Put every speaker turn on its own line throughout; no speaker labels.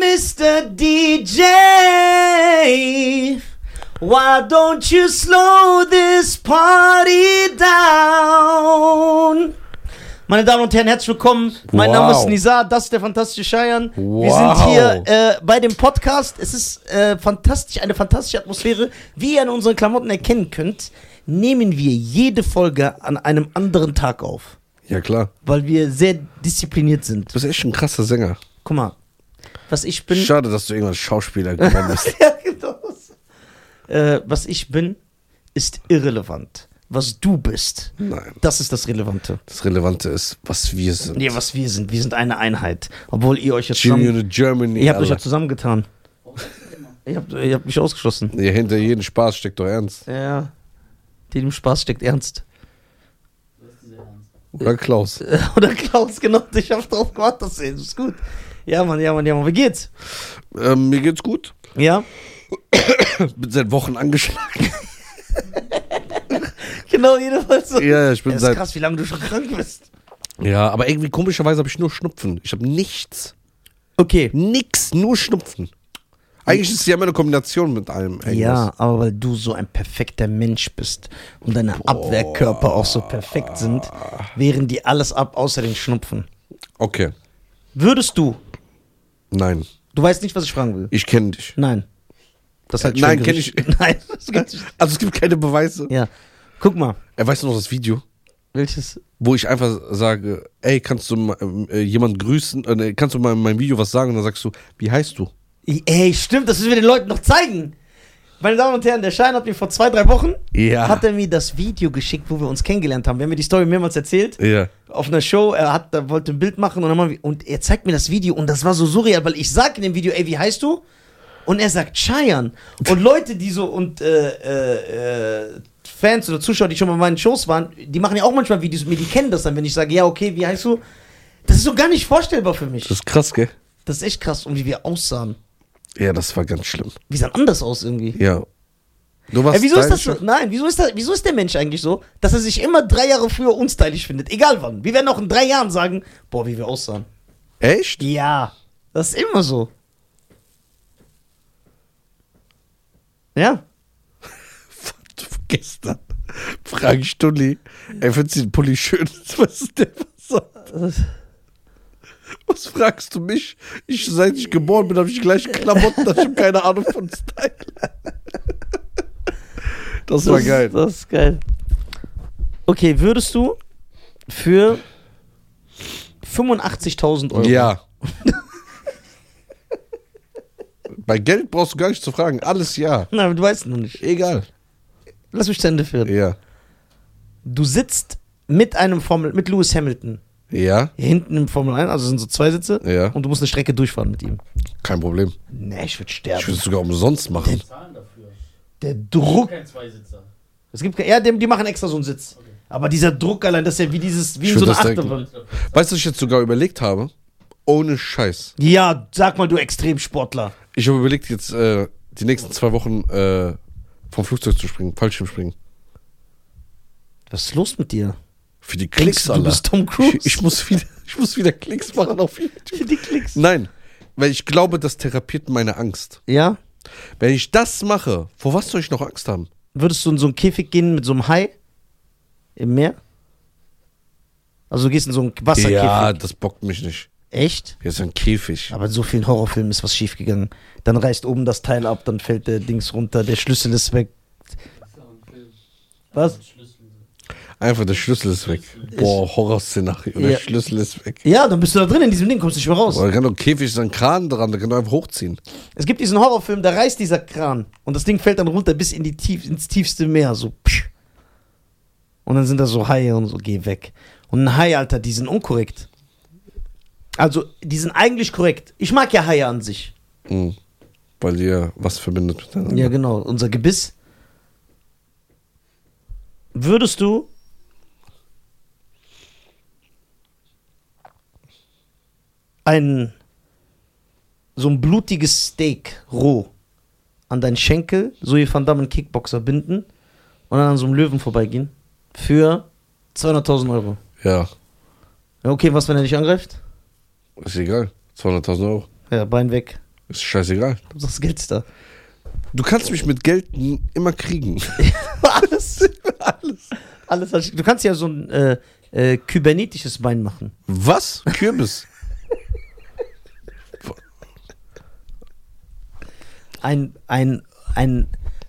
Mr. DJ, why don't you slow this party down? Meine Damen und Herren, herzlich willkommen. Mein
Wow.
Name ist Nizar, das ist der fantastische Scheiern. Wir
Wow.
sind hier äh, bei dem Podcast. Es ist äh, fantastisch, eine fantastische Atmosphäre. Wie ihr an unseren Klamotten erkennen könnt, nehmen wir jede Folge an einem anderen Tag auf,
Ja, klar.
weil wir sehr diszipliniert sind.
Du bist echt ein krasser Sänger.
Guck mal, was ich bin.
Schade, dass du irgendwann Schauspieler geworden bist.
Ja, genau. äh, was ich bin, ist irrelevant. Was du bist,
Nein.
das ist das Relevante.
Das Relevante ist, was wir sind.
Nee, was wir sind. Wir sind eine Einheit. Obwohl ihr euch jetzt
Junior
zusammen,
to Germany.
Ihr habt euch
Alter.
ja zusammengetan. Ihr habt, ihr habt mich ausgeschlossen.
ja, hinter jedem Spaß steckt doch Ernst.
Ja. Dem Spaß steckt Ernst.
Oder Klaus?
Äh, Oder Klaus, genau. Ich hab drauf gewartet, dass ihr- das ist gut. Ja, Mann, ja, Mann, ja, Mann. Wie geht's?
Ähm, mir geht's gut.
Ja.
Bin seit Wochen angeschlagen.
Genau, jedenfalls so.
ja, ja, ich bin
Es ist
seit.
krass, wie lange du schon krank bist.
Ja, aber irgendwie komischerweise habe ich nur Schnupfen. Ich habe nichts.
Okay.
Nix, nur Schnupfen. Eigentlich ist es ja immer eine Kombination mit allem. Irgendwas.
Ja, aber weil du so ein perfekter Mensch bist und deine Abwehrkörper auch so perfekt sind, wehren die alles ab, außer den Schnupfen.
Okay.
Würdest du,
Nein.
du weißt nicht, was ich fragen will.
Ich kenne dich.
Nein. Das hat
Äh, nein, kenn
Nein, das kannst du nicht.
Also es gibt keine Beweise.
Ja. Guck mal,
Er weiß noch das Video.
welches.
wo ich einfach sage, ey, kannst du mal, ähm, äh, jemand grüßen, äh, nee, kannst du mal in meinem Video was sagen? Und dann sagst du, wie heißt du?
Ey, stimmt, das müssen wir den Leuten noch zeigen. Meine Damen und Herren, der Schein hat mir vor zwei, drei Wochen
Ja.
hat er mir das Video geschickt, wo wir uns kennengelernt haben. Wir haben mir die Story mehrmals erzählt.
Ja.
auf einer Show, er hat, er wollte ein Bild machen und, dann haben wir, und er zeigt mir das Video und das war so surreal, weil ich sage in dem Video, ey, wie heißt du? Und er sagt Cheyenne. Und Leute, die so und äh, äh, äh, Fans oder Zuschauer, die schon bei meinen Shows waren, die machen ja auch manchmal Videos mit mir, die kennen das dann, wenn ich sage, ja, okay, wie heißt du? Das ist so gar nicht vorstellbar für mich.
Das ist krass, gell?
Das ist echt krass. Und wie wir aussahen.
Ja, das war ganz schlimm.
Wir sahen anders aus irgendwie.
Ja. Du warst
Ey, wieso ist das so?
stylisch-
Nein, wieso ist, das, wieso ist der Mensch eigentlich so, dass er sich immer drei Jahre früher unstylisch findet? Egal wann. Wir werden auch in drei Jahren sagen, boah, wie wir aussahen.
Echt?
Ja, das ist immer so. Ja.
Gestern frage ich Tulli, ey, findest du den Pulli schön? Was ist der was sagt? Was fragst du mich? Ich, seit ich geboren bin, habe ich die gleichen Klamotten, ich habe keine Ahnung von Style. Das, war geil.
Das ist geil. Okay, würdest du für 85.000 Euro.
Ja. Bei Geld brauchst du gar nicht zu fragen. Alles ja.
Nein, aber du weißt noch nicht.
Egal.
Lass mich zu Ende führen.
Ja.
Du sitzt mit einem Formel, mit Lewis Hamilton.
Ja.
Hinten im Formel 1, also sind so zwei Sitze.
Ja.
Und du musst eine Strecke durchfahren mit ihm.
Kein Problem.
Nee, ich würde
Ich würde
sterben.
es sogar umsonst machen.
Zahlen dafür.
Der Druck.
Kein Zweisitzer.
Es gibt, ke- ja, die die machen extra so einen Sitz. Aber dieser Druck allein, das ist ja wie dieses, wie
Ich
in so
würd
eine
das direkt-
Achterbahn.
Weißt du, was ich jetzt sogar überlegt habe? Ohne Scheiß.
Ja, sag mal, du Extremsportler.
Ich habe überlegt, jetzt äh, die nächsten zwei Wochen äh, vom Flugzeug zu springen, Fallschirmspringen.
Was ist los mit dir?
Für die
Denkst
Klicks,
du, du
Alter.
bist Tom Cruise?
Ich, ich, muss wieder, ich muss wieder Klicks machen auf YouTube.
Die Klicks.
Nein, weil ich glaube, das therapiert meine Angst.
Ja?
Wenn ich das mache, vor was soll ich noch Angst haben?
Würdest du in so einen Käfig gehen mit so einem Hai? Im Meer? Also du gehst in so einen Wasserkäfig.
Ja, das bockt mich nicht.
Echt?
Hier ist ein Käfig.
Aber in so vielen Horrorfilmen ist was schiefgegangen. Dann reißt oben das Teil ab, dann fällt der Dings runter, der Schlüssel ist weg. Was?
Einfach der Schlüssel ist weg. Boah, Horrorszenario. Der
Ja.
Schlüssel ist weg.
Ja, dann bist du da drin in diesem Ding, kommst nicht mehr raus.
Aber da kann doch ein Käfig sein, Kran dran, da kann doch einfach hochziehen.
Es gibt diesen Horrorfilm, da reißt dieser Kran und das Ding fällt dann runter bis in die tief, ins tiefste Meer, so. psch. Und dann sind da so Haie und so, geh weg. Und ein Hai, Alter, die sind unkorrekt. Also, die sind eigentlich korrekt. Ich mag ja Haie an sich.
Mhm. Weil ihr was verbindet miteinander.
Ja, genau, unser Gebiss. Würdest du. ein. so ein blutiges Steak roh an deinen Schenkel, so wie Van Damme einen Kickboxer, binden und dann an so einem Löwen vorbeigehen für 200.000 Euro?
ja,
Ja, okay, was, wenn er dich angreift?
ist egal. 200.000 Euro.
Ja, Bein weg.
Ist scheißegal.
Hauptsache das Geld ist da.
Du kannst mich mit Geld n- immer kriegen.
Alles. Alles. Alles. was ich- Du kannst ja so ein äh, äh, kybernetisches Bein machen.
Was? Kürbis?
Ein, ein, ein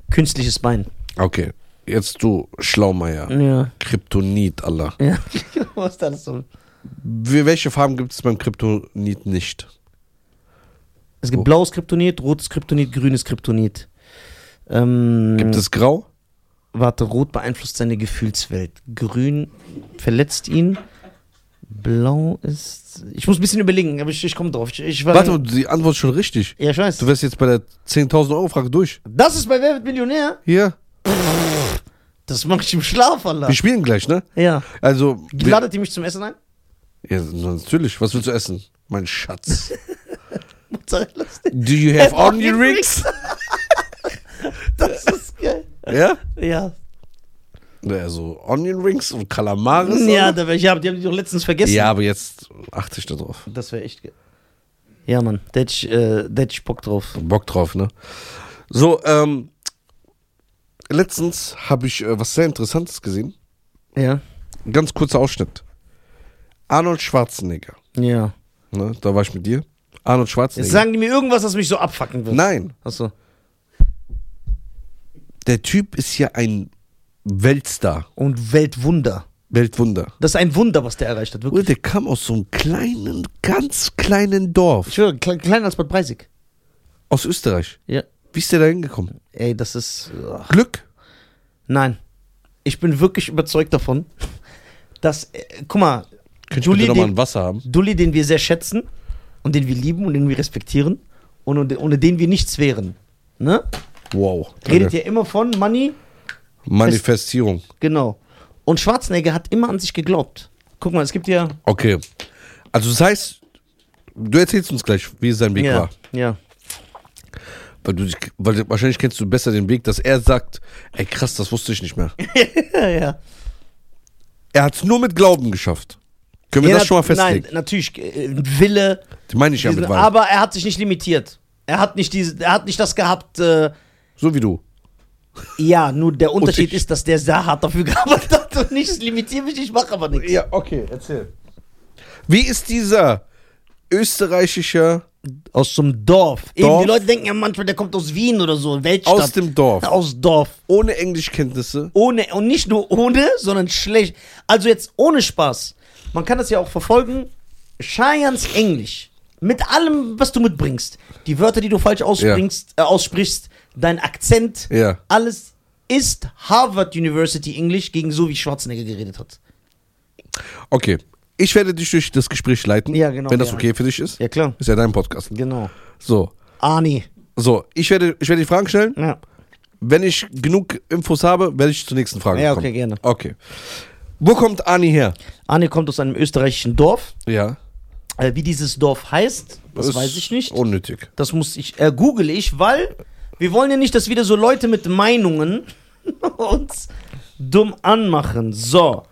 künstliches Bein.
Okay, jetzt du, Schlaumeier.
Ja.
Kryptonit, Allah.
Ja. Was ist alles so?
Wie, welche Farben gibt es beim Kryptonit nicht?
Es
Oh.
gibt blaues Kryptonit, rotes Kryptonit, grünes Kryptonit. Ähm,
Gibt es Grau?
Warte, rot beeinflusst seine Gefühlswelt. Grün verletzt ihn. Blau ist. Ich muss ein bisschen überlegen, aber ich, ich komme drauf. Ich, ich war
Warte mal, die Antwort ist schon richtig.
Ja, ich weiß.
Du wärst jetzt bei der 10.000 Euro Frage durch.
Das ist bei Wer wird Millionär?
Hier,
Das mache ich im Schlaf, Alter.
wir spielen gleich, ne?
Ja.
Also, wir,
Ladet ihr mich zum Essen ein?
ja, natürlich. Was willst du essen? Mein Schatz.
Mozzarella Sticks.
Do you have onion rings?
Das ist geil.
ja?
Ja.
Also, onion rings und Kalamaris.
Ja,
aber-
da wär, ich hab, die haben die doch letztens vergessen.
ja, aber jetzt achte ich da drauf.
Das wäre echt geil. Ja, Mann, da hätte ich, äh, da hätt ich Bock drauf.
Bock drauf, ne? So, ähm, letztens habe ich äh, was sehr Interessantes gesehen.
Ja.
Ein ganz kurzer Ausschnitt. Arnold Schwarzenegger.
Ja.
Ne? Da war ich mit dir. Arnold
Jetzt
Schwarzenegger.
sagen die mir irgendwas, das mich so abfacken wird.
Nein,
Achso.
der Typ ist ja ein Weltstar.
Und Weltwunder.
Weltwunder.
Das ist ein Wunder, was der erreicht hat, wirklich.
Bruder, der kam aus so einem kleinen, ganz kleinen Dorf.
Ich höre, klein, kleiner als Bad Breisig.
Aus Österreich.
Ja.
Wie ist der da hingekommen?
Ey, das ist. ugh.
Glück?
Nein. Ich bin wirklich überzeugt davon, dass. Äh, guck mal,
Könnte ich
Julie,
bitte nochmal
den,
ein Wasser haben?
Dulli, den wir sehr schätzen und den wir lieben und den wir respektieren und, und ohne den wir nichts wären. Ne?
Wow.
Redet ja immer von Money,
Manifestierung.
genau. Und Schwarzenegger hat immer an sich geglaubt. Guck mal, es gibt ja.
Okay. Also das heißt, du erzählst uns gleich, wie sein Weg
ja,
war.
ja.
Weil, du, dich- weil wahrscheinlich kennst du besser den Weg, dass er sagt, ey krass, das wusste ich nicht mehr.
ja, ja.
Er hat es nur mit Glauben geschafft. Können wir
Ja,
das schon mal
nat-
festlegen?
Nein, natürlich. äh, Wille,
Das meine ich ja
diesen,
mit Wahl.
aber er hat sich nicht limitiert. Er hat nicht, diese, er hat nicht das gehabt. Äh,
So wie du.
ja, nur der Unterschied
ich-
ist, dass der sehr hart dafür gearbeitet hat und nicht ich limitiere mich, ich mache aber nichts.
Ja, okay, erzähl. Wie ist dieser österreichische
Aus so einem Dorf. Eben,
Dorf?
die Leute denken ja manchmal, der kommt aus Wien oder so, Weltstadt.
aus dem Dorf
Aus Dorf.
ohne Englischkenntnisse?
Ohne, und nicht nur ohne, sondern schlecht. Also jetzt ohne Spaß. Man kann das ja auch verfolgen. Cheyennes Englisch. Mit allem, was du mitbringst. Die Wörter, die du falsch ausbringst, äh, aussprichst, dein Akzent,
Ja.
alles ist Harvard University Englisch gegen so, wie Schwarzenegger geredet hat.
Okay, ich werde dich durch das Gespräch leiten,
Ja, genau,
wenn das
ja.
okay für dich ist.
Ja, klar.
Ist ja dein Podcast.
Genau.
So,
Arnie.
so, ich werde, ich werde die Fragen stellen.
Ja.
Wenn ich genug Infos habe, werde ich zur nächsten Frage
Ja,
kommen.
okay, gerne.
Okay. Wo kommt Ani her?
Arnie kommt aus einem österreichischen Dorf.
Ja.
Äh, wie dieses Dorf heißt, das
Ist
weiß ich nicht.
Unnötig.
Das muss ich, äh, google ich, weil wir wollen ja nicht, dass wieder so Leute mit Meinungen uns dumm anmachen. So,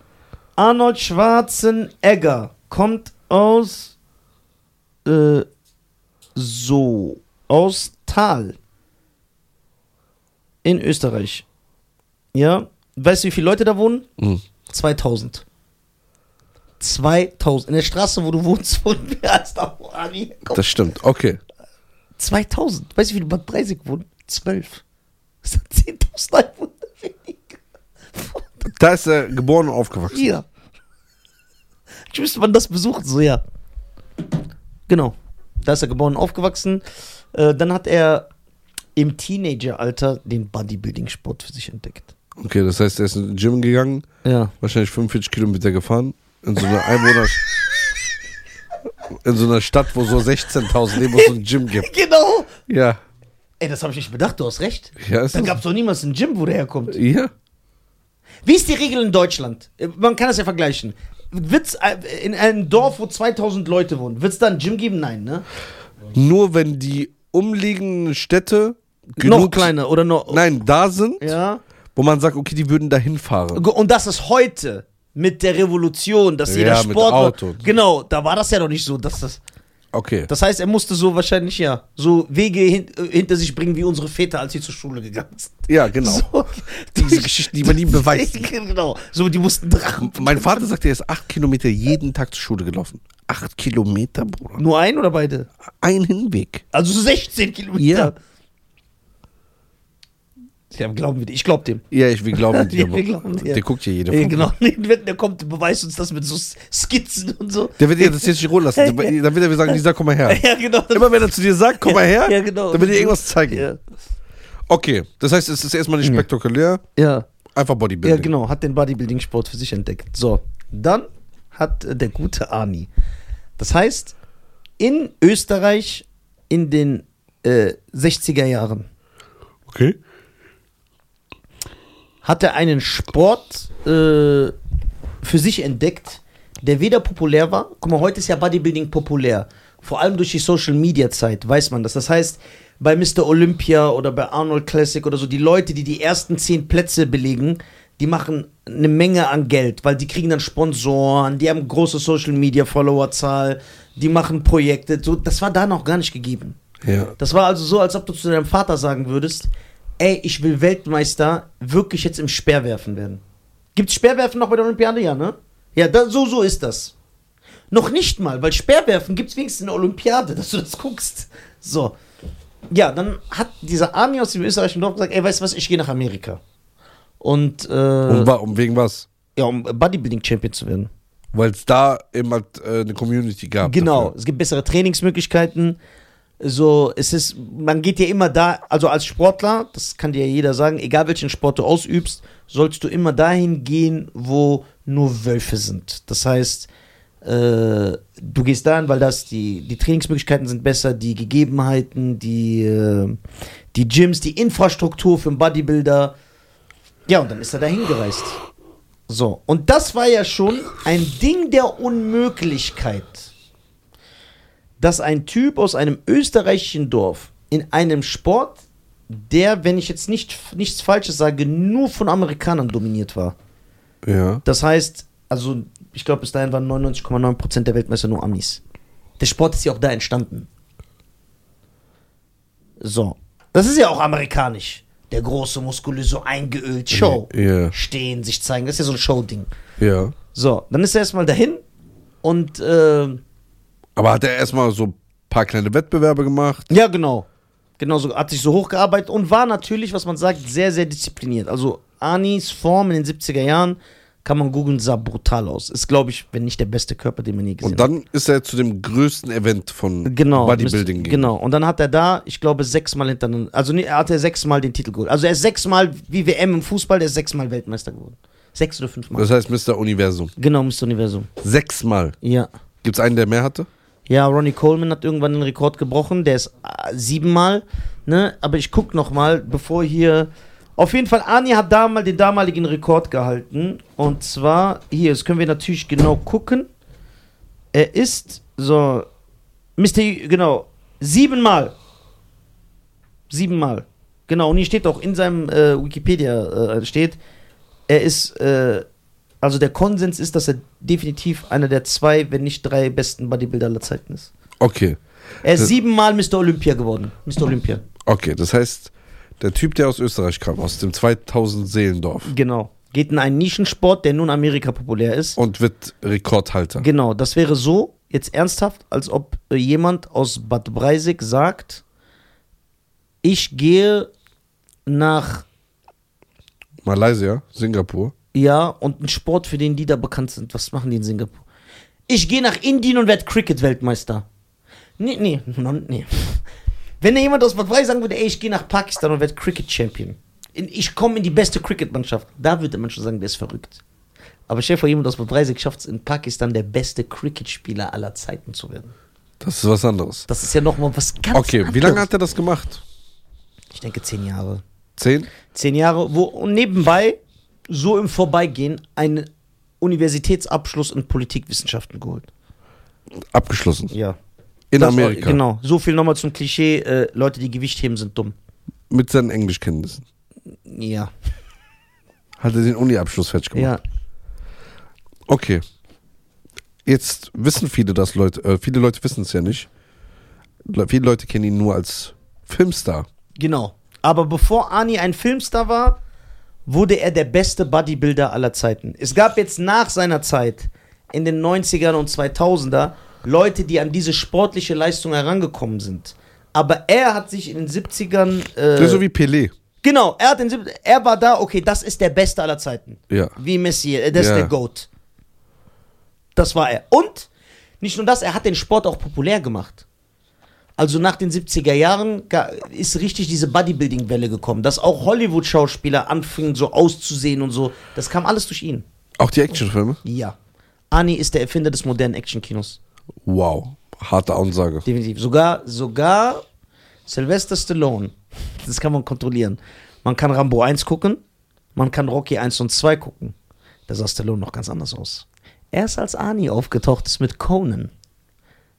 Arnold Schwarzenegger kommt aus, äh, so, aus Tal in Österreich. Ja, weißt du, wie viele Leute da wohnen?
Mhm.
2000. 2000. In der Straße, wo du wohnst, wohnen mehr als da, wo Ani herkommt.
Das stimmt. Okay.
2000. Weißt du, wie viele Bad Breisig wohnen? 12. Das sind 10.000 Einwohner weniger.
Da ist er geboren und aufgewachsen.
Hier. Ich müsste man das besuchen, so ja. Genau. Da ist er geboren und aufgewachsen. Äh, dann hat er im Teenageralter den Bodybuilding-Sport für sich entdeckt.
Okay, das heißt, er ist in den Gym gegangen,
Ja.
wahrscheinlich 45 Kilometer gefahren, in so einer Einwohner... in so einer Stadt, wo so 16.000 leben und so ein Gym gibt.
Genau.
Ja.
Ey, das habe ich nicht bedacht, du hast recht.
Ja, ist
Dann
das-
gab es doch niemals ein Gym, wo der herkommt.
Ja.
Wie ist die Regel in Deutschland? Äh, Man kann das ja vergleichen. Wird's äh, in einem Dorf, wo 2000 Leute wohnen, wird es da ein Gym geben? Nein, ne?
Nur wenn die umliegenden Städte
noch kleiner oder noch.
Nein, da sind,
Ja.
wo man sagt, okay, die würden da hinfahren.
Ge- Und das ist heute mit der Revolution, dass
Ja,
jeder
mit
Sportler.
Auto.
Genau, da war das ja noch nicht so, dass das.
Okay.
Das heißt, er musste so wahrscheinlich, ja, so Wege hin, äh, hinter sich bringen, wie unsere Väter, als sie zur Schule gegangen sind.
ja, genau.
So,
Diese Geschichten, die man nie beweist.
genau. So, die mussten Drachen.
Mein Vater sagt, er ist acht Kilometer jeden Tag zur Schule gelaufen. Acht Kilometer, Bruder.
Nur ein oder beide?
Ein Hinweg.
Also so 16 Kilometer.
Ja.
Ja, glauben wir dir. Ich glaub dem.
Ja, ich, wir glauben dir.
Ja, wir glauben dir.
Der guckt ja jede
Ja,
Folge.
genau. Der kommt und beweist uns das mit so Skizzen und so.
Der wird dir das jetzt nicht ruhen lassen. Dann wird er mir sagen, Lisa, komm mal her.
Ja, genau.
Immer wenn er zu dir sagt, komm mal her,
Ja, genau.
dann wird er irgendwas zeigen.
Ja.
Okay, das heißt, es ist erstmal nicht spektakulär,
ja. Ja,
einfach Bodybuilding.
genau, hat den Bodybuilding-Sport für sich entdeckt. So, dann hat äh, der gute Ani. Das heißt, in Österreich in den äh, 60er Jahren
Okay.
hat er einen Sport äh, für sich entdeckt, der weder populär war. Guck mal, heute ist ja Bodybuilding populär. Vor allem durch die Social-Media-Zeit weiß man das. Das heißt, bei Mr. Olympia oder bei Arnold Classic oder so, die Leute, die die ersten zehn Plätze belegen, die machen eine Menge an Geld, weil die kriegen dann Sponsoren, die haben große Social-Media-Follower-Zahl, die machen Projekte. So, das war da noch gar nicht gegeben.
Ja.
Das war also so, als ob du zu deinem Vater sagen würdest, ey, ich will Weltmeister wirklich jetzt im Speerwerfen werden. Gibt's Speerwerfen noch bei der Olympiade? Ja, ne? Ja, da, so, so ist das. Noch nicht mal, weil Speerwerfen gibt's wenigstens in der Olympiade, dass du das guckst. So. Ja, dann hat dieser Army aus dem österreichischen Dorf gesagt, ey, weißt du was, ich gehe nach Amerika. Und, äh,
Und, wa- und wegen was?
ja, um Bodybuilding-Champion zu werden.
Weil es da immer äh, eine Community gab.
Genau,
dafür.
es gibt bessere Trainingsmöglichkeiten. So, es ist, man geht ja immer da, also als Sportler, das kann dir ja jeder sagen, egal welchen Sport du ausübst, sollst du immer dahin gehen, wo nur Wölfe sind. Das heißt, äh, du gehst dahin, weil das die, die Trainingsmöglichkeiten sind besser, die Gegebenheiten, die, äh, die Gyms, die Infrastruktur für einen Bodybuilder. Ja, und dann ist er dahin gereist. So, und das war ja schon ein Ding der Unmöglichkeit dass ein Typ aus einem österreichischen Dorf in einem Sport, der, wenn ich jetzt nicht, nichts Falsches sage, nur von Amerikanern dominiert war.
Ja.
Das heißt, also ich glaube, bis dahin waren 99,9% der Weltmeister nur Amis. Der Sport ist ja auch da entstanden. So. Das ist ja auch amerikanisch. Der große, muskulöse, so eingeölt, Show.
Ja.
Stehen, sich zeigen. Das ist ja so ein Show-Ding.
Ja.
So, dann ist er erstmal dahin und äh,
Aber hat er erstmal so ein paar kleine Wettbewerbe gemacht?
Ja, genau. Genau so, hat sich so hochgearbeitet und war natürlich, was man sagt, sehr, sehr diszipliniert. Also Anis Form in den 70er Jahren, kann man googeln, sah brutal aus. Ist, glaube ich, wenn nicht der beste Körper, den man je gesehen
Und dann ist er zu dem größten Event von
hat. Genau.
Bodybuilding
müsst-
gegangen.
Genau. Und dann hat er da, ich glaube, sechsmal hintereinander, also nee, er hat er sechsmal den Titel geholt. Also er ist sechsmal, wie WM im Fußball, der ist sechsmal Weltmeister geworden. Sechs oder fünfmal.
Das heißt Mr. Universum.
genau, Mr. Universum.
Sechsmal.
Ja.
Gibt es einen, der mehr hatte?
Ja, Ronnie Coleman hat irgendwann den Rekord gebrochen, der ist äh, siebenmal, ne? Aber ich guck noch mal, bevor hier. Auf jeden Fall, Ani hat damals den damaligen Rekord gehalten. Und zwar, hier, das können wir natürlich genau gucken. Er ist, so, Mr. Ü- genau, siebenmal. Siebenmal. Genau, und hier steht auch in seinem äh, Wikipedia, äh, steht, er ist, äh, also der Konsens ist, dass er definitiv einer der zwei, wenn nicht drei besten Bodybuilder aller Zeiten ist.
Okay.
Er ist
Das-
siebenmal Mr. Olympia geworden. Mr. Olympia.
Okay, das heißt, der Typ, der aus Österreich kam, aus dem 2000 Seelendorf
Genau. Geht in einen Nischensport, der nun in Amerika populär ist.
und wird Rekordhalter.
Genau, das wäre so, jetzt ernsthaft, als ob äh, jemand aus Bad Breisig sagt, ich gehe nach,
Malaysia, Singapur.
ja, und ein Sport, für den die da bekannt sind. Was machen die in Singapur? Ich gehe nach Indien und werde Cricket-Weltmeister. Nee, nee, non- nee. Wenn da jemand aus Bad Breisig sagen würde, ey, ich gehe nach Pakistan und werde Cricket-Champion. In- Ich komme in die beste Cricket-Mannschaft. Da würde man schon sagen, der ist verrückt. Aber stell dir vor, jemand aus Bad Breisig schafft es in Pakistan, der beste Cricket-Spieler aller Zeiten zu werden.
Das ist was anderes.
Das ist ja nochmal was ganz
Okay, wie lange hat er das gemacht?
Ich denke zehn Jahre.
Zehn?
Zehn Jahre, wo und nebenbei so im Vorbeigehen einen Universitätsabschluss in Politikwissenschaften geholt.
Abgeschlossen.
Ja.
In
Das war-
Amerika.
Genau. So viel nochmal zum Klischee, äh, Leute, die Gewicht heben, sind dumm.
Mit seinen Englischkenntnissen.
Ja.
Hat er den Uni-Abschluss fertig gemacht.
Ja.
Okay. Jetzt wissen viele das Leute, äh, viele Leute wissen es ja nicht. Le- Viele Leute kennen ihn nur als Filmstar.
Genau. Aber bevor Ani ein Filmstar war, wurde er der beste Bodybuilder aller Zeiten. Es gab jetzt nach seiner Zeit in den 90ern und 2000er Leute, die an diese sportliche Leistung herangekommen sind. Aber er hat sich in den 70ern. Äh,
so wie Pelé.
genau, er, hat in den 70 er war da, okay, das ist der Beste aller Zeiten.
Ja.
Wie Messi, äh, das
Ja.
ist der Goat. Das war er. Und nicht nur das, er hat den Sport auch populär gemacht. Also nach den 70er Jahren ga- ist richtig diese Bodybuilding-Welle gekommen, dass auch Hollywood-Schauspieler anfingen so auszusehen und so. Das kam alles durch ihn.
Auch die Actionfilme?
Ja. Ani ist der Erfinder des modernen Action-Kinos.
Wow. Harte Ansage.
Definitiv. Sogar, sogar Sylvester Stallone. Das kann man kontrollieren. Man kann Rambo 1 gucken, man kann Rocky 1 und 2 gucken. Da sah Stallone noch ganz anders aus. Erst als Arnie aufgetaucht ist mit Conan,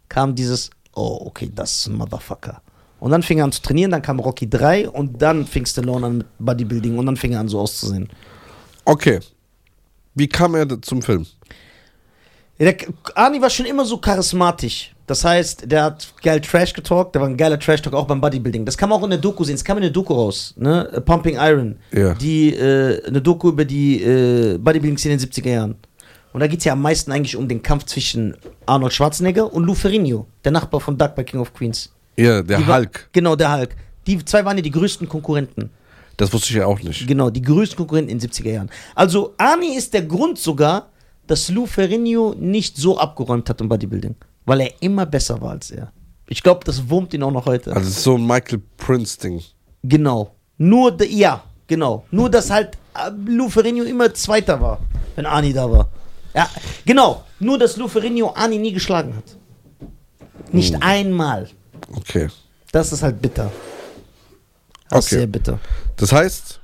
kam dieses, oh, okay, das ist ein Motherfucker. Und dann fing er an zu trainieren, dann kam Rocky 3 und dann fing Stallone an mit Bodybuilding und dann fing er an so auszusehen.
Okay. Wie kam er da- zum Film?
Ja, Der Arnie war schon immer so charismatisch. Das heißt, der hat geil Trash getalkt, der war ein geiler Trash Talk auch beim Bodybuilding. Das kam auch in der Doku sehen, es kam in der Doku raus, ne? Äh, Pumping Iron.
Ja.
Die, äh, eine Doku über die äh, Bodybuilding-Szene in den 70er Jahren. Und da geht es ja am meisten eigentlich um den Kampf zwischen Arnold Schwarzenegger und Lou Ferrigno, der Nachbar von Doug bei King of Queens.
Ja, der
Die war-
Hulk.
Genau, der Hulk. Die zwei waren ja die größten Konkurrenten.
Das wusste ich ja auch nicht.
Genau, die größten Konkurrenten in den 70er Jahren. Also Arnie ist der Grund sogar, dass Lou Ferrigno nicht so abgeräumt hat im Bodybuilding, weil er immer besser war als er. Ich glaube, das wurmt ihn auch noch heute.
Also es ist so ein Michael Prince-Ding.
genau. Nur, de- ja, genau. Nur, dass halt äh, Lou Ferrigno immer Zweiter war, wenn Arnie da war. Ja, genau. Nur, dass Lou Ferrigno Arnie nie geschlagen hat. Nicht
Hm.
einmal.
Okay.
Das ist halt bitter. Das
Okay.
ist sehr bitter.
Das heißt,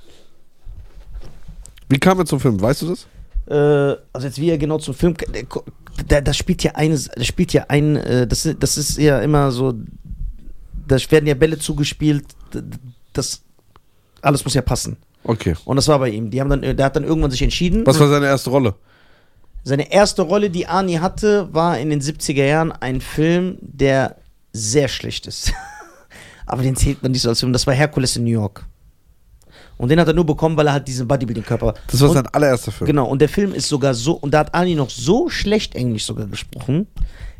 wie kam er zum Film? Weißt du das?
äh, also jetzt wie er genau zum Film, der, der, das spielt ja eines, das spielt ja ein, äh, das, ist- das ist ja immer so, da werden ja Bälle zugespielt, d- d- das alles muss ja passen.
Okay.
Und das war bei ihm. Die haben dann, der hat dann irgendwann sich entschieden.
Was war seine erste Rolle?
Seine erste Rolle, die Arnie hatte, war in den 70er Jahren ein Film, der sehr schlecht ist. Aber den zählt man nicht so als Film. Das war Herkules in New York. Und den hat er nur bekommen, weil er halt diesen Bodybuilding-Körper.
Das war
Und-
sein allererster Film.
Genau, und der Film ist sogar so, und da hat Ani noch so schlecht Englisch sogar gesprochen.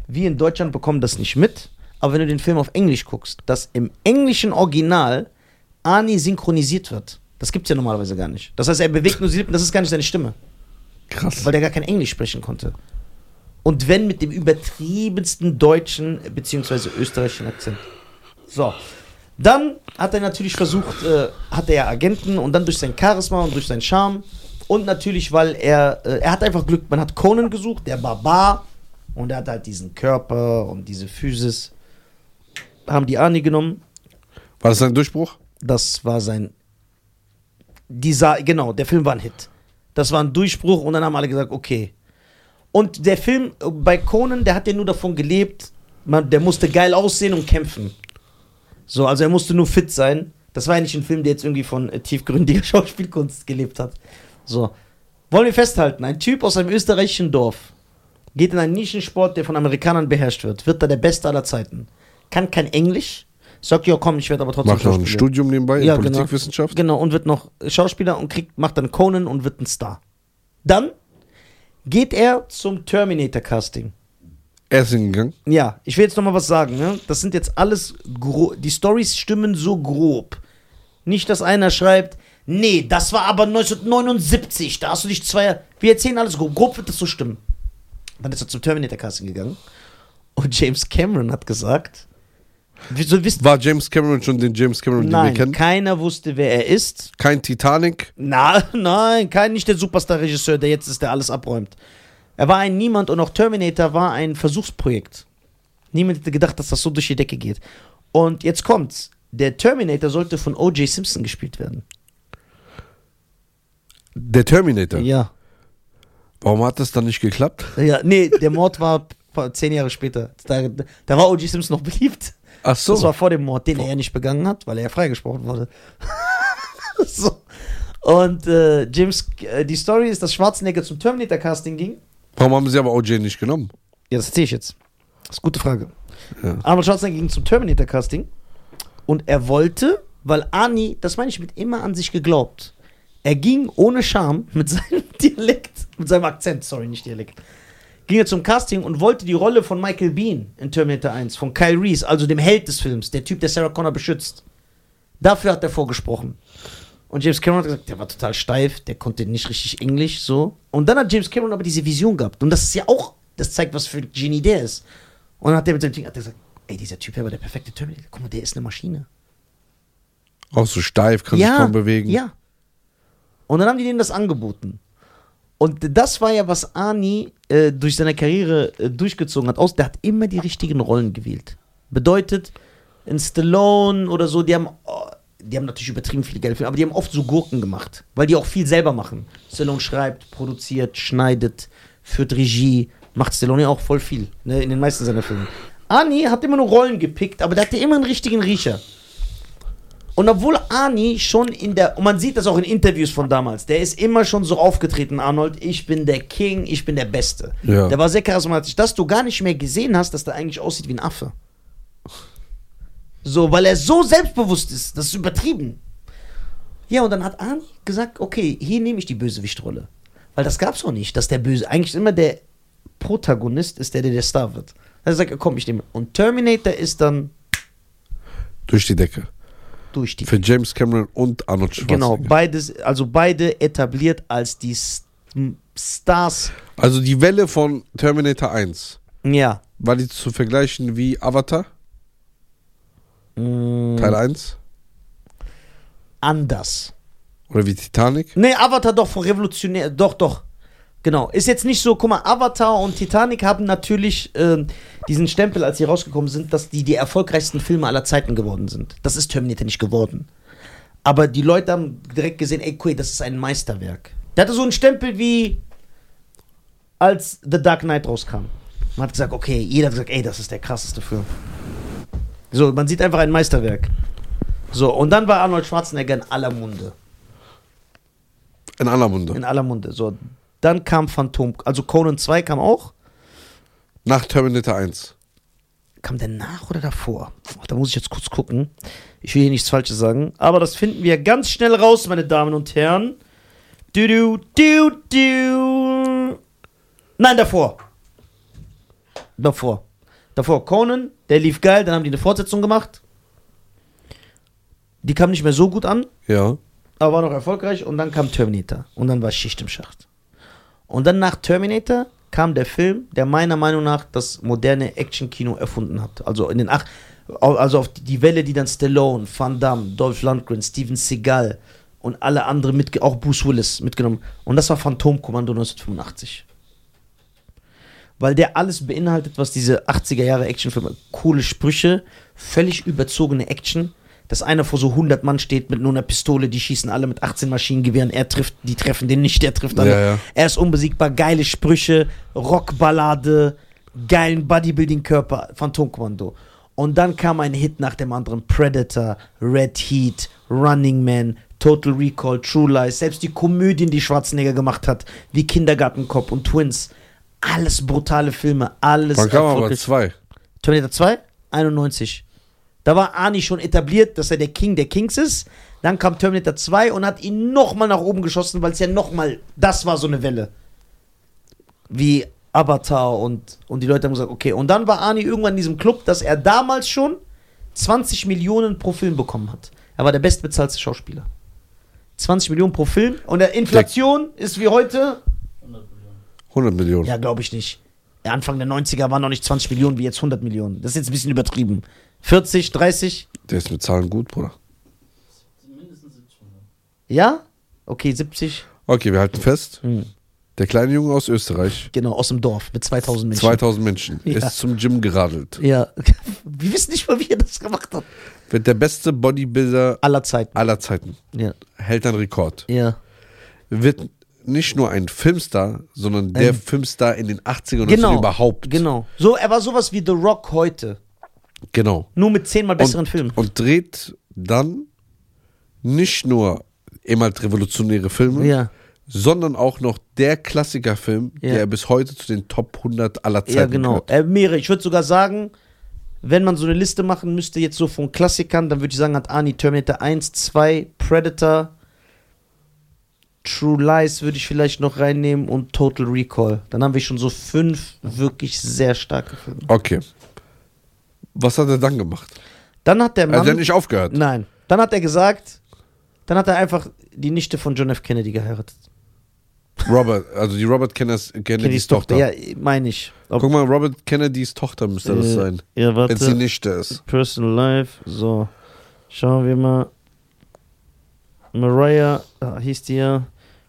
Wir in Deutschland bekommen das nicht mit, aber wenn du den Film auf Englisch guckst, dass im englischen Original Ani synchronisiert wird. Das gibt's ja normalerweise gar nicht. Das heißt, er bewegt nur die Lippen, das ist gar nicht seine Stimme,
Krass.
weil der gar kein Englisch sprechen konnte. Und wenn mit dem übertriebensten deutschen bzw. österreichischen Akzent. So. Dann hat er natürlich versucht, äh, hat er ja Agenten und dann durch sein Charisma und durch seinen Charme und natürlich, weil er, äh, er hat einfach Glück, man hat Conan gesucht, der Barbar und er hat halt diesen Körper und diese Physis. Haben die Arnie genommen,
War das sein Durchbruch?
das war sein. Dieser, genau, der Film war ein Hit. Das war ein Durchbruch und dann haben alle gesagt, okay. Und der Film äh, bei Conan, der hat ja nur davon gelebt, man, der musste geil aussehen und kämpfen. So, also er musste nur fit sein. Das war ja nicht ein Film, der jetzt irgendwie von äh, tiefgründiger Schauspielkunst gelebt hat. So. Wollen wir festhalten, ein Typ aus einem österreichischen Dorf geht in einen Nischensport, der von Amerikanern beherrscht wird, wird da der Beste aller Zeiten. Kann kein Englisch, sagt, ja komm, ich werde aber trotzdem
Macht noch ein
Schauspieler.
Studium nebenbei in
Ja, genau.
Politikwissenschaft?
Genau, und wird noch Schauspieler und kriegt, macht dann Conan und wird ein Star. Dann geht er zum Terminator-Casting.
Er ist hingegangen.
Ja, ich will jetzt nochmal was sagen. Ne? Das sind jetzt alles, gro die Stories stimmen so grob. Nicht, dass einer schreibt, nee, das war aber 1979, da hast du dich zwei... Wir erzählen alles grob, grob wird das so stimmen. Dann ist er zum Terminator-Casting gegangen und James Cameron hat gesagt... Wieso wisst
War James Cameron schon den James Cameron, den wir
Nein,
kennen?
keiner wusste, wer er ist.
Kein Titanic.
Na, nein, kein nicht der Superstar-Regisseur, der jetzt ist, der alles abräumt. Er war ein Niemand und auch Terminator war ein Versuchsprojekt. Niemand hätte gedacht, dass das so durch die Decke geht. Und jetzt kommt's. Der Terminator sollte von O.J. Simpson gespielt werden.
Der Terminator.
Ja.
Warum hat das dann nicht geklappt?
ja. Nee, der Mord war pa- zehn Jahre später. Da, da war O.J. Simpson noch beliebt.
Ach so.
Das war vor dem Mord, den er ja nicht begangen hat, weil er ja freigesprochen wurde. so. Und äh, James, äh, die Story ist, dass Schwarzenegger zum Terminator-Casting ging
Warum haben sie aber OJ nicht genommen?
Ja, das erzähle ich jetzt. Das ist eine gute Frage.
Ja.
Arnold Schwarzenegger ging zum Terminator-Casting und er wollte, weil Ani, das meine ich mit immer an sich geglaubt, er ging ohne Scham mit seinem Dialekt, mit seinem Akzent, sorry, nicht Dialekt, ging er zum Casting und wollte die Rolle von Michael Bean in Terminator 1, von Kyle Reese, also dem Held des Films, der Typ, der Sarah Connor beschützt. Dafür hat er vorgesprochen. Und James Cameron hat gesagt, der war total steif, der konnte nicht richtig Englisch, so. Und dann hat James Cameron aber diese Vision gehabt. Und das ist ja auch, das zeigt, was für ein Genie der ist. Und dann hat der mit seinem Ding hat der gesagt, ey, dieser Typ hier war der perfekte Terminator. Guck mal, der ist eine Maschine.
Auch so steif, kann sich kaum bewegen.
Ja. Und dann haben die denen das angeboten. Und das war ja, was Ani äh, durch seine Karriere äh, durchgezogen hat. Aus, der hat immer die richtigen Rollen gewählt. Bedeutet, in Stallone oder so, die haben, oh, die haben natürlich übertrieben viel Geld, für, aber die haben oft so Gurken gemacht, weil die auch viel selber machen. Stallone schreibt, produziert, schneidet, führt Regie, macht Stallone ja auch voll viel, ne, in den meisten seiner Filme. Ani hat immer nur Rollen gepickt, aber der hatte immer einen richtigen Riecher. Und obwohl Arnie schon in der, und man sieht das auch in Interviews von damals, der ist immer schon so aufgetreten, Arnold, ich bin der King, ich bin der Beste.
Ja.
Der war sehr charismatisch, dass du gar nicht mehr gesehen hast, dass der eigentlich aussieht wie ein Affe. So, weil er so selbstbewusst ist, das ist übertrieben. Ja, und dann hat Arnie gesagt, okay, hier nehme ich die Bösewichtrolle. Weil das gab's auch nicht, dass der Böse, eigentlich immer der Protagonist ist, der, der der Star wird. Dann sagt er, komm, ich nehme. Und Terminator ist dann
Durch die Decke.
durch die
Für James Cameron und Arnold Schwarzenegger.
Genau, beides, also beide etabliert als die S- m- Stars.
Also die Welle von Terminator 1,
Ja.
war die zu vergleichen wie Avatar,
Mm.
Teil 1?
Anders.
Oder wie Titanic?
Nee, Avatar doch von Revolutionär, doch, doch. Genau. Ist jetzt nicht so, guck mal, Avatar und Titanic haben natürlich ähm, diesen Stempel, als sie rausgekommen sind, dass die die erfolgreichsten Filme aller Zeiten geworden sind. Das ist Terminator nicht geworden. Aber die Leute haben direkt gesehen, ey, cool, das ist ein Meisterwerk. Der hatte so einen Stempel wie als The Dark Knight rauskam. Man hat gesagt, okay, jeder hat gesagt, ey, das ist der krasseste Film. So, man sieht einfach ein Meisterwerk. So, und dann war Arnold Schwarzenegger in aller Munde.
In aller Munde.
In aller Munde. So, dann kam Phantom, also Conan 2 kam auch.
Nach Terminator 1.
Kam der nach oder davor? Ach, da muss ich jetzt kurz gucken. Ich will hier nichts Falsches sagen. Aber das finden wir ganz schnell raus, meine Damen und Herren. Du, du, du, du. Nein, davor. Davor. Davor Conan, der lief geil, dann haben die eine Fortsetzung gemacht. Die kam nicht mehr so gut an.
Ja.
aber war noch erfolgreich und dann kam Terminator und dann war Schicht im Schacht. Und dann nach Terminator kam der Film, der meiner Meinung nach das moderne Action-Kino erfunden hat. Also in den ach, also auf die Welle, die dann Stallone, Van Damme, Dolph Lundgren, Steven Seagal und alle anderen mit, auch Bruce Willis mitgenommen. Und das war Phantomkommando 1985. Weil der alles beinhaltet, was diese 80er Jahre Actionfilme, coole Sprüche, völlig überzogene Action, dass einer vor so 100 Mann steht mit nur einer Pistole, die schießen alle mit 18 Maschinengewehren, er trifft, die treffen den nicht, der trifft alle.
Ja, ja.
Er ist unbesiegbar, geile Sprüche, Rockballade, geilen Bodybuilding-Körper, Phantomkommando. Und dann kam ein Hit nach dem anderen: Predator, Red Heat, Running Man, Total Recall, True Lies, selbst die Komödien, die Schwarzenegger gemacht hat, wie Kindergartenkopf und Twins. Alles brutale Filme, alles
Wann kam aber
erfolgreich.
zwei?
Terminator 2, 91. Da war Arnie schon etabliert, dass er der King der Kings ist. Dann kam Terminator 2 und hat ihn nochmal nach oben geschossen, weil es ja nochmal, das war so eine Welle. Wie Avatar und, und die Leute haben gesagt, okay. Und dann war Arnie irgendwann in diesem Club, dass er damals schon 20 Millionen pro Film bekommen hat. Er war der bestbezahlte Schauspieler. 20 Millionen pro Film. Und der Inflation ist wie heute
100 Millionen.
ja, glaube ich nicht. Anfang der 90er waren noch nicht 20 Millionen wie jetzt 100 Millionen. Das ist jetzt ein bisschen übertrieben. 40, 30,
Der ist mit Zahlen gut, Bruder.
Mindestens 70 Millionen.
ja? Okay, 70,
Okay, wir halten fest.
Hm.
Der kleine Junge aus Österreich,
genau, aus dem Dorf mit 2000 Menschen.
2000 Menschen,
Ja.
ist zum Gym geradelt.
ja, wir wissen nicht mal, wie er das gemacht hat.
Wird der beste Bodybuilder
Aller Zeiten.
aller Zeiten.
Ja,
Hält einen Rekord.
ja.
Wird nicht nur ein Filmstar, sondern der
Ähm.
Filmstar in den 80ern und
Genau.
überhaupt.
Genau. So, er war sowas wie The Rock heute.
Genau.
Nur mit zehnmal besseren Filmen.
Und dreht dann nicht nur ehemals revolutionäre Filme,
Ja.
sondern auch noch der Klassikerfilm,
Ja.
der bis heute zu den Top 100 aller Zeiten
Ja, genau.
gehört.
Äh, mehrere. Ich würde sogar sagen, wenn man so eine Liste machen müsste, jetzt so von Klassikern, dann würde ich sagen, hat Ani Terminator 1, 2, Predator, True Lies würde ich vielleicht noch reinnehmen und Total Recall. Dann haben wir schon so fünf wirklich sehr starke Filme.
Okay. Was hat er dann gemacht? Also
Dann hat der
Er
Mann.
hat ja nicht aufgehört.
nein. Dann hat er gesagt, dann hat er einfach die Nichte von John F. Kennedy geheiratet.
Robert, also die Robert Kenners, Kennedys Tochter.
Ja, meine ich. Ob-
Guck mal, Robert Kennedys Tochter müsste das
Äh,
sein.
ja,
Wenn sie
warte.
nicht ist.
Personal Life. So, schauen wir mal. Mariah ah, hieß die ja.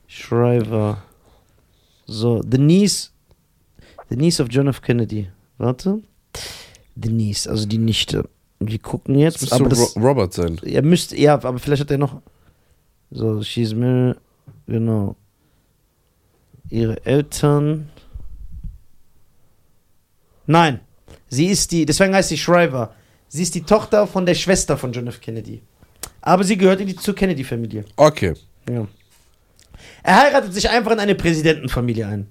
Shriver. So, the niece. The niece of John F. Kennedy. Warte. The niece, also die Nichte. Wir gucken
Das
jetzt.
müsste
Aber das,
Ro Robert sein.
er müsste, ja, aber vielleicht hat er noch. So, she's married. Genau. Ihre Eltern. Nein, sie ist die, deswegen heißt sie Shriver. Sie ist die Tochter von der Schwester von John F. Kennedy. Aber sie gehört in die, zur Kennedy-Familie.
Okay.
Ja. Er heiratet sich einfach in eine Präsidentenfamilie ein.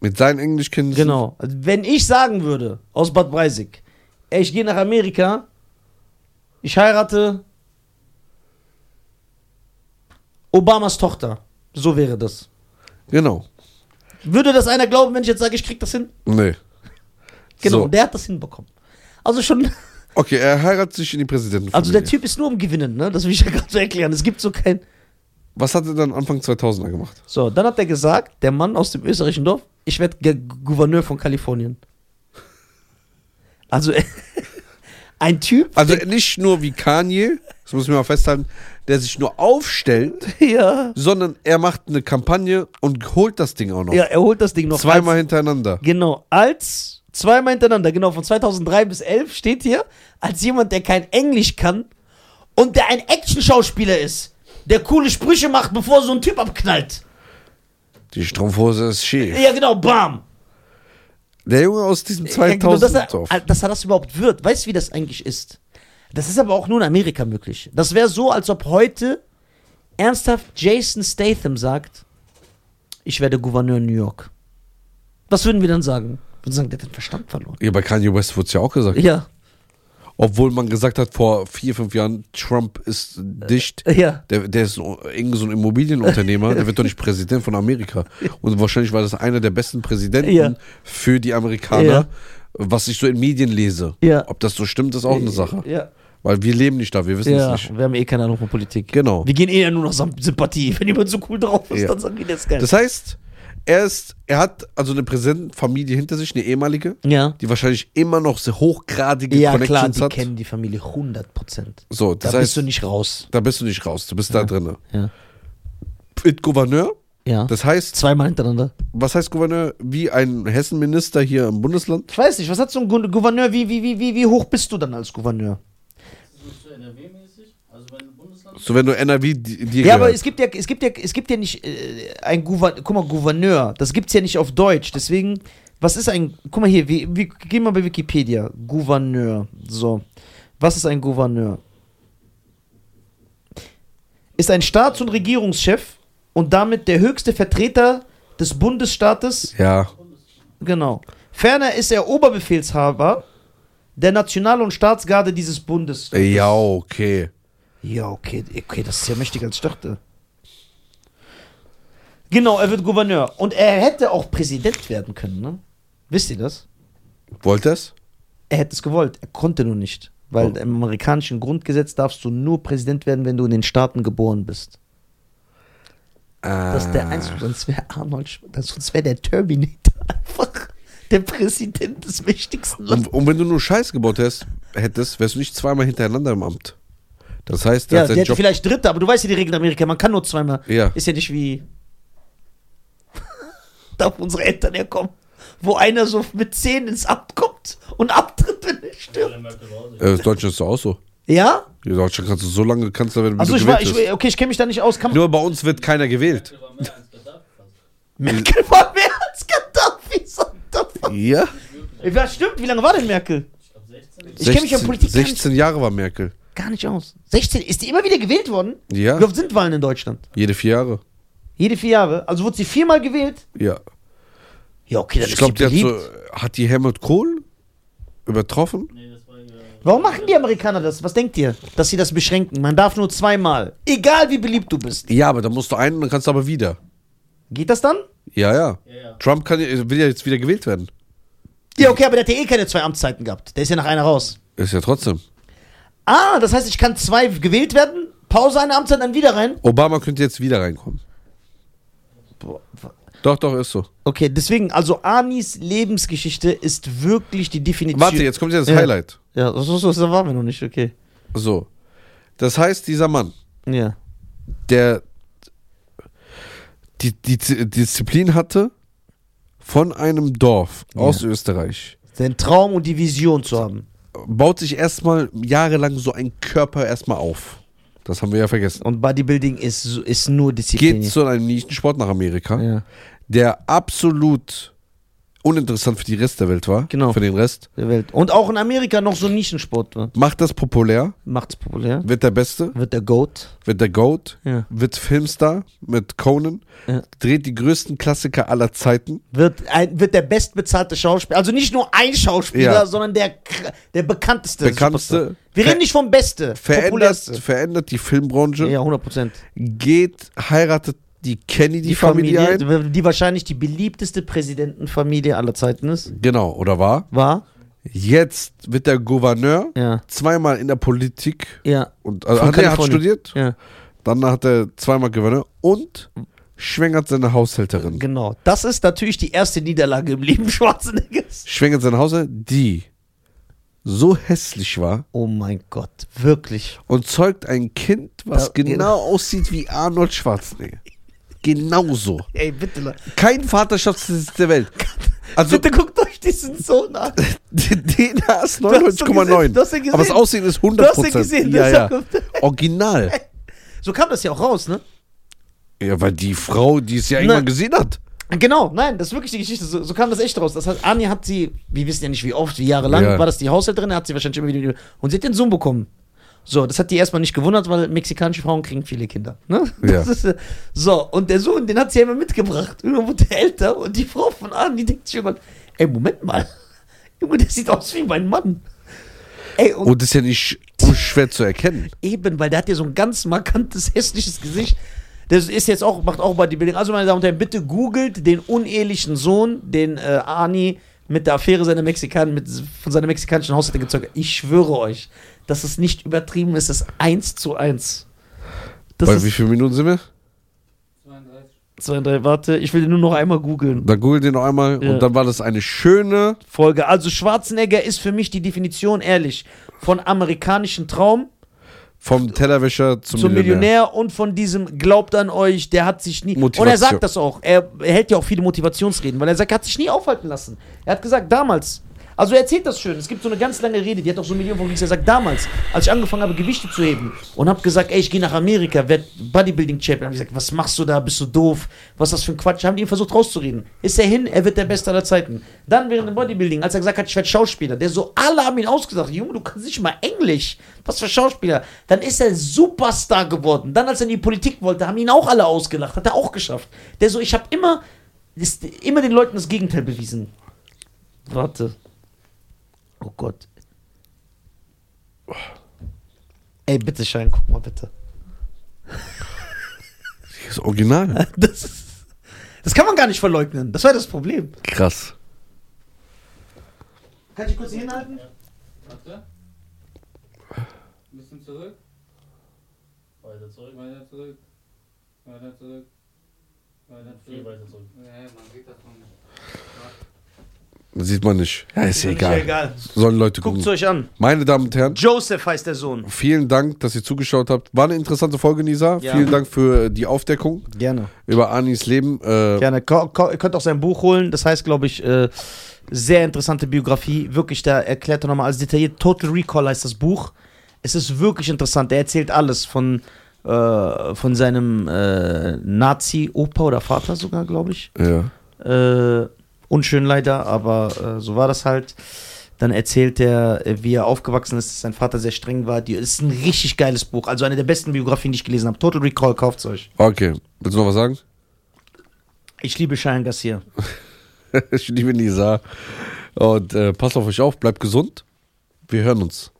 Mit seinen Englischkindern.
Genau. Also Wenn ich sagen würde, aus Bad Breisig, ey, ich gehe nach Amerika, ich heirate Obamas Tochter. So wäre das.
Genau.
Würde das einer glauben, wenn ich jetzt sage, ich krieg das hin?
Nee.
Genau,
So.
der hat das hinbekommen. Also schon,
Okay, er heiratet sich in die Präsidentenfamilie.
also der Typ ist nur um Gewinnen, ne? Das will ich ja gerade so erklären. Es gibt so kein.
Was hat er dann Anfang 2000er gemacht?
So, dann hat er gesagt, der Mann aus dem österreichischen Dorf, ich werde G- Gouverneur von Kalifornien. Also ein Typ,
Also nicht nur wie Kanye, das muss ich mir mal festhalten, der sich nur aufstellt,
ja,
sondern er macht eine Kampagne und holt das Ding auch noch.
Ja, er holt das Ding noch
Genau. Zweimal hintereinander.
Als, genau, als zweimal hintereinander, genau, von 2003 bis 11 steht hier, als jemand, der kein Englisch kann und der ein Action-Schauspieler ist, der coole Sprüche macht, bevor so ein Typ abknallt.
Die Strumpfhose ist schief.
Ja, genau, bam.
Der Junge aus diesem
ja, genau,
2000
dass, er, dass er das überhaupt wird. Weißt du, wie das eigentlich ist? Das ist aber auch nur in Amerika möglich. Das wäre so, als ob heute ernsthaft Jason Statham sagt, ich werde Gouverneur New York. Was würden wir dann sagen? Wir würden sagen, der hat den Verstand verloren.
ja, bei Kanye West wurde es ja auch gesagt.
Ja,
Obwohl man gesagt hat, vor vier, fünf Jahren, Trump ist dicht.
ja.
Der, der ist ein- irgend so ein Immobilienunternehmer, der wird doch nicht Präsident von Amerika. Und wahrscheinlich war das einer der besten Präsidenten
Ja.
für die Amerikaner,
Ja.
was ich so in Medien lese.
Ja.
Ob das so stimmt, ist auch eine Sache.
Ja,
Weil wir leben nicht da, wir wissen
ja.
es nicht.
wir haben eh keine Ahnung von Politik.
Genau.
Wir gehen eh ja nur noch samt Sympathie. Wenn jemand so cool drauf ist,
Ja.
dann sagen wir das ist geil.
Das heißt, er ist, er hat also eine Präsidentenfamilie hinter sich, eine ehemalige,
ja.
die wahrscheinlich immer noch so hochgradige
Ja, klar,
Connections
die
hat.
kennen die Familie 100%.
So,
Da
das
bist
heißt,
du nicht raus.
da bist du nicht raus, du bist da drin.
Ja.
Mit Gouverneur,
ja.
das heißt,
Zweimal hintereinander.
was heißt Gouverneur? Wie ein Hessenminister hier im Bundesland?
Ich weiß nicht, was hat so ein Gu- Gouverneur, wie, wie, wie, wie, wie hoch bist du dann als Gouverneur?
So so NRW-mäßig, also wenn du Bundesland
So, wenn du NRW di- dir
Ja,
gehört.
aber es gibt ja, es gibt ja, es gibt ja nicht äh, ein Gouverneur, guck mal, Gouverneur, das gibt's ja nicht auf Deutsch, deswegen, was ist ein, guck mal hier, wir, wir gehen mal bei Wikipedia, Gouverneur, so, was ist ein Gouverneur? Ist ein Staats- und Regierungschef und damit der höchste Vertreter des Bundesstaates
ja,
Genau. Ferner ist er Oberbefehlshaber der National- und Staatsgarde dieses Bundes.
ja, okay.
Ja, okay, okay, das ist ja mächtiger als ich dachte. Genau, er wird Gouverneur. Und er hätte auch Präsident werden können, ne? Wisst ihr das?
Wollt das?
Er hätte es gewollt, er konnte nur nicht. Weil
Oh.
im amerikanischen Grundgesetz darfst du nur Präsident werden, wenn du in den Staaten geboren bist. Das ist der einzige, sonst wäre Arnold, Schwar- sonst wäre der Terminator einfach der Präsident des mächtigsten Landes.
Ah. Und, und wenn du nur Scheiß gebaut hättest, hättest, wärst du nicht zweimal hintereinander im Amt. Das heißt, der
Ja, der
hat seinen
hätte
Job.
vielleicht Dritter, aber du weißt ja die Regeln in Amerika, man kann nur zweimal.
Ja.
Ist ja nicht wie da wo unsere Eltern herkommen, wo einer so mit zehn ins Amt kommt und abtritt, wenn er stirbt.
Äh, in Deutschland ist doch auch so.
Ja?
In Deutschland kannst du so lange Kanzler werden, wie
Also
du
ich
gewählt
war, ich,
bist.
okay, ich kenne mich da nicht aus. Kann man,
Nur bei uns wird keiner gewählt.
war mehr als Gaddafi. fast.
Merkel war mehr als Gaddafi. so the fuck.
Ja?
Ey, Ja, stimmt, wie lange war denn Merkel?
Ich glaube 16.
Ich kenne mich ja in Politik gar nicht,
16 Jahre war Merkel.
gar nicht aus. 16, ist die immer wieder gewählt worden?
Ja.
Wie oft sind Wahlen in Deutschland?
Jede vier Jahre.
Jede vier Jahre. Also wurde sie viermal gewählt?
Ja.
Ja, okay, dann
Ich
ist
glaube,
sie
der hat,
beliebt.
so, hat die Helmut Kohl übertroffen.
Nee, das war ja.
Warum machen die Amerikaner das? Was denkt ihr? Dass sie das beschränken? Man darf nur zweimal. Egal wie beliebt du bist.
Ja, aber da musst du einen und dann kannst du aber wieder.
Geht das dann?
Ja, ja.
Ja, ja.
Trump kann, will ja jetzt wieder gewählt werden.
Ja, okay, aber der hat ja eh keine zwei Amtszeiten gehabt. Der ist ja nach einer raus.
Ist ja trotzdem.
Ah, das heißt, ich kann zwei gewählt werden, Pause eine Amtszeit, dann wieder rein?
Obama könnte jetzt wieder reinkommen.
Boah, wa-
Doch, doch, ist so.
Okay, deswegen, also Anis Lebensgeschichte ist wirklich die Definition.
Warte, jetzt kommt ja das
Ja.
Highlight.
Ja, so, so, so waren wir noch nicht, okay.
So. Das heißt, dieser Mann,
Ja.
der die, die Z- Disziplin hatte, von einem Dorf aus Österreich,
Den Traum und die Vision zu haben.
baut sich erstmal jahrelang so ein Körper erstmal auf. Das haben wir ja vergessen.
Und Bodybuilding ist, so- ist nur Disziplin.
Geht zu einem Nischensport nach Amerika,
Ja.
der absolut uninteressant für die Rest der Welt war,
Genau.
für den Rest.
Der Welt. Und auch in Amerika noch so ein Nischensport. Ne?
Macht das populär,
Macht's populär.
wird der Beste,
Wird der Goat.
wird der Goat,
Ja.
wird Filmstar mit Conan,
Ja.
dreht die größten Klassiker aller Zeiten.
Wird, ein, wird der bestbezahlte Schauspieler. Also nicht nur ein Schauspieler,
Ja.
sondern der, kr- der bekannteste.
Bekannteste.
Superstar. Wir reden nicht vom Beste.
Verändert,
populärste.
verändert die Filmbranche,
Ja, 100 Prozent.
geht, heiratet die Kennedy-Familie ein.
die wahrscheinlich die beliebteste Präsidentenfamilie aller Zeiten ist,
Genau, oder war?
war.
Jetzt wird der Gouverneur
Ja.
zweimal in der Politik
Ja.
und also
Von
hat, er hat
Kalifornien.
studiert,
Ja,
dann hat er zweimal Gouverneur und schwängert seine Haushälterin.
genau. Das ist natürlich die erste Niederlage im Leben Schwarzeneggers.
Schwängert seine Haushälterin, die so hässlich war
Oh mein Gott, wirklich.
und zeugt ein Kind, was
Da-
genau aussieht wie Arnold Schwarzenegger. Genauso.
Ey, bitte, Le-
Kein Vaterschaftsdienst der Welt. Also
bitte guckt euch diesen Sohn an.
DNA
hast
ist
du gesehen, das hast du
99,9.
gesehen.
Aber das Aussehen ist 100%.
Das hast du gesehen,
ja,
das
ja.
kommt-
Original.
So kam das ja auch raus, ne?
Ja, weil die Frau, die es ja irgendwann gesehen hat.
Genau, nein, das ist wirklich die Geschichte. So, so kam das echt raus. Das heißt, Ani hat sie, wir wissen ja nicht wie oft, wie jahrelang
Ja.
war das die Haushälterin, hat sie wahrscheinlich immer wieder. Und sie hat den Sohn bekommen. So, das hat die erstmal nicht gewundert, weil mexikanische Frauen kriegen viele Kinder. Ne?
Ja.
Das ist, äh, so, und der Sohn, den hat sie ja immer mitgebracht. Irgendwann wurde er älter und die Frau von Ani denkt sich irgendwann, ey, Moment mal, Junge, der sieht aus wie mein Mann. Ey, und
Und das ist ja nicht so schwer zu erkennen.
Eben, weil der hat ja so ein ganz markantes, hässliches Gesicht. Das ist jetzt auch, macht auch Bodybuilding. Also, meine Damen und Herren, bitte googelt den unehelichen Sohn, den äh, Ani mit der Affäre seiner Mexikan mit, von seiner mexikanischen Haushaltung gezeigt hat. Ich schwöre euch, dass es nicht übertrieben ist, es ist eins zu eins. Das
Bei wie
ist
vielen Minuten sind wir?
32.
zwei, drei, warte, ich will den nur noch einmal googeln.
Dann googeln den noch einmal.
Ja.
Und dann war das eine schöne.
Folge. Also, Schwarzenegger ist für mich die Definition, ehrlich, von amerikanischen Traum
Vom Tellerwäscher zum,
zum
Millionär.
Millionär und von diesem glaubt an euch, der hat sich nie. Und er
Motivation.
sagt das auch. Er, er hält ja auch viele Motivationsreden, weil er sagt, er hat sich nie aufhalten lassen. Er hat gesagt, damals. Also er erzählt das schön. Es gibt so eine ganz lange Rede, die hat auch so eine Million von Klicks. Er sagt, damals, als ich angefangen habe, Gewichte zu heben und habe gesagt, ey, ich gehe nach Amerika, werd Bodybuilding-Champion. Haben die gesagt, was machst du da? Bist du doof? Was ist das für ein Quatsch? Haben die ihn versucht rauszureden. Ist er hin? Er wird der Beste aller Zeiten. Dann während dem Bodybuilding, als er gesagt hat, ich werde Schauspieler, der so, alle haben ihn ausgesagt, Junge, du kannst nicht mal Englisch. Was für Schauspieler. Dann ist er Superstar geworden. Dann, als er in die Politik wollte, haben ihn auch alle ausgelacht. Hat er auch geschafft. Der so, ich habe immer, ist, immer den Leuten das Gegenteil bewiesen. Warte. Oh Gott. Ey, bitte, Schein, guck mal bitte.
Das Original.
Das, ist, das kann man gar nicht verleugnen. Das war das Problem.
Krass.
Kannst du kurz hier hinhalten?
Warte. Ein bisschen zurück. Weiter zurück. Weiter zurück. Weiter zurück. Weiter zurück. weiter zurück. Nee, man sieht das noch nicht.
Das sieht man nicht. Ja, ist ja egal.
egal.
Sollen Leute gucken.
Guckt's euch an.
Meine Damen und Herren,
Joseph heißt der Sohn.
vielen Dank, dass ihr zugeschaut habt. War eine interessante Folge, Nisa.
Ja.
Vielen Dank für die Aufdeckung
Gerne.
über Anis Leben. Äh,
Gerne. Ko ko ihr könnt auch sein Buch holen. Das heißt, glaube ich, äh, sehr interessante Biografie. Wirklich, da erklärt er nochmal alles detailliert. Total Recall heißt das Buch. Es ist wirklich interessant. Er erzählt alles von, äh, von seinem äh, Nazi-Opa oder Vater sogar, glaube ich.
ja.
Äh, unschön leider, aber äh, so war das halt. Dann erzählt er, äh, wie er aufgewachsen ist, dass sein Vater sehr streng war. Die, ist ein richtig geiles Buch. Also eine der besten Biografien, die ich gelesen habe. Total Recall, kauft's euch.
Okay. Willst du noch was sagen?
Ich liebe Cheyenne Garcia.
ich liebe Lisa. Und äh, passt auf euch auf, bleibt gesund. Wir hören uns.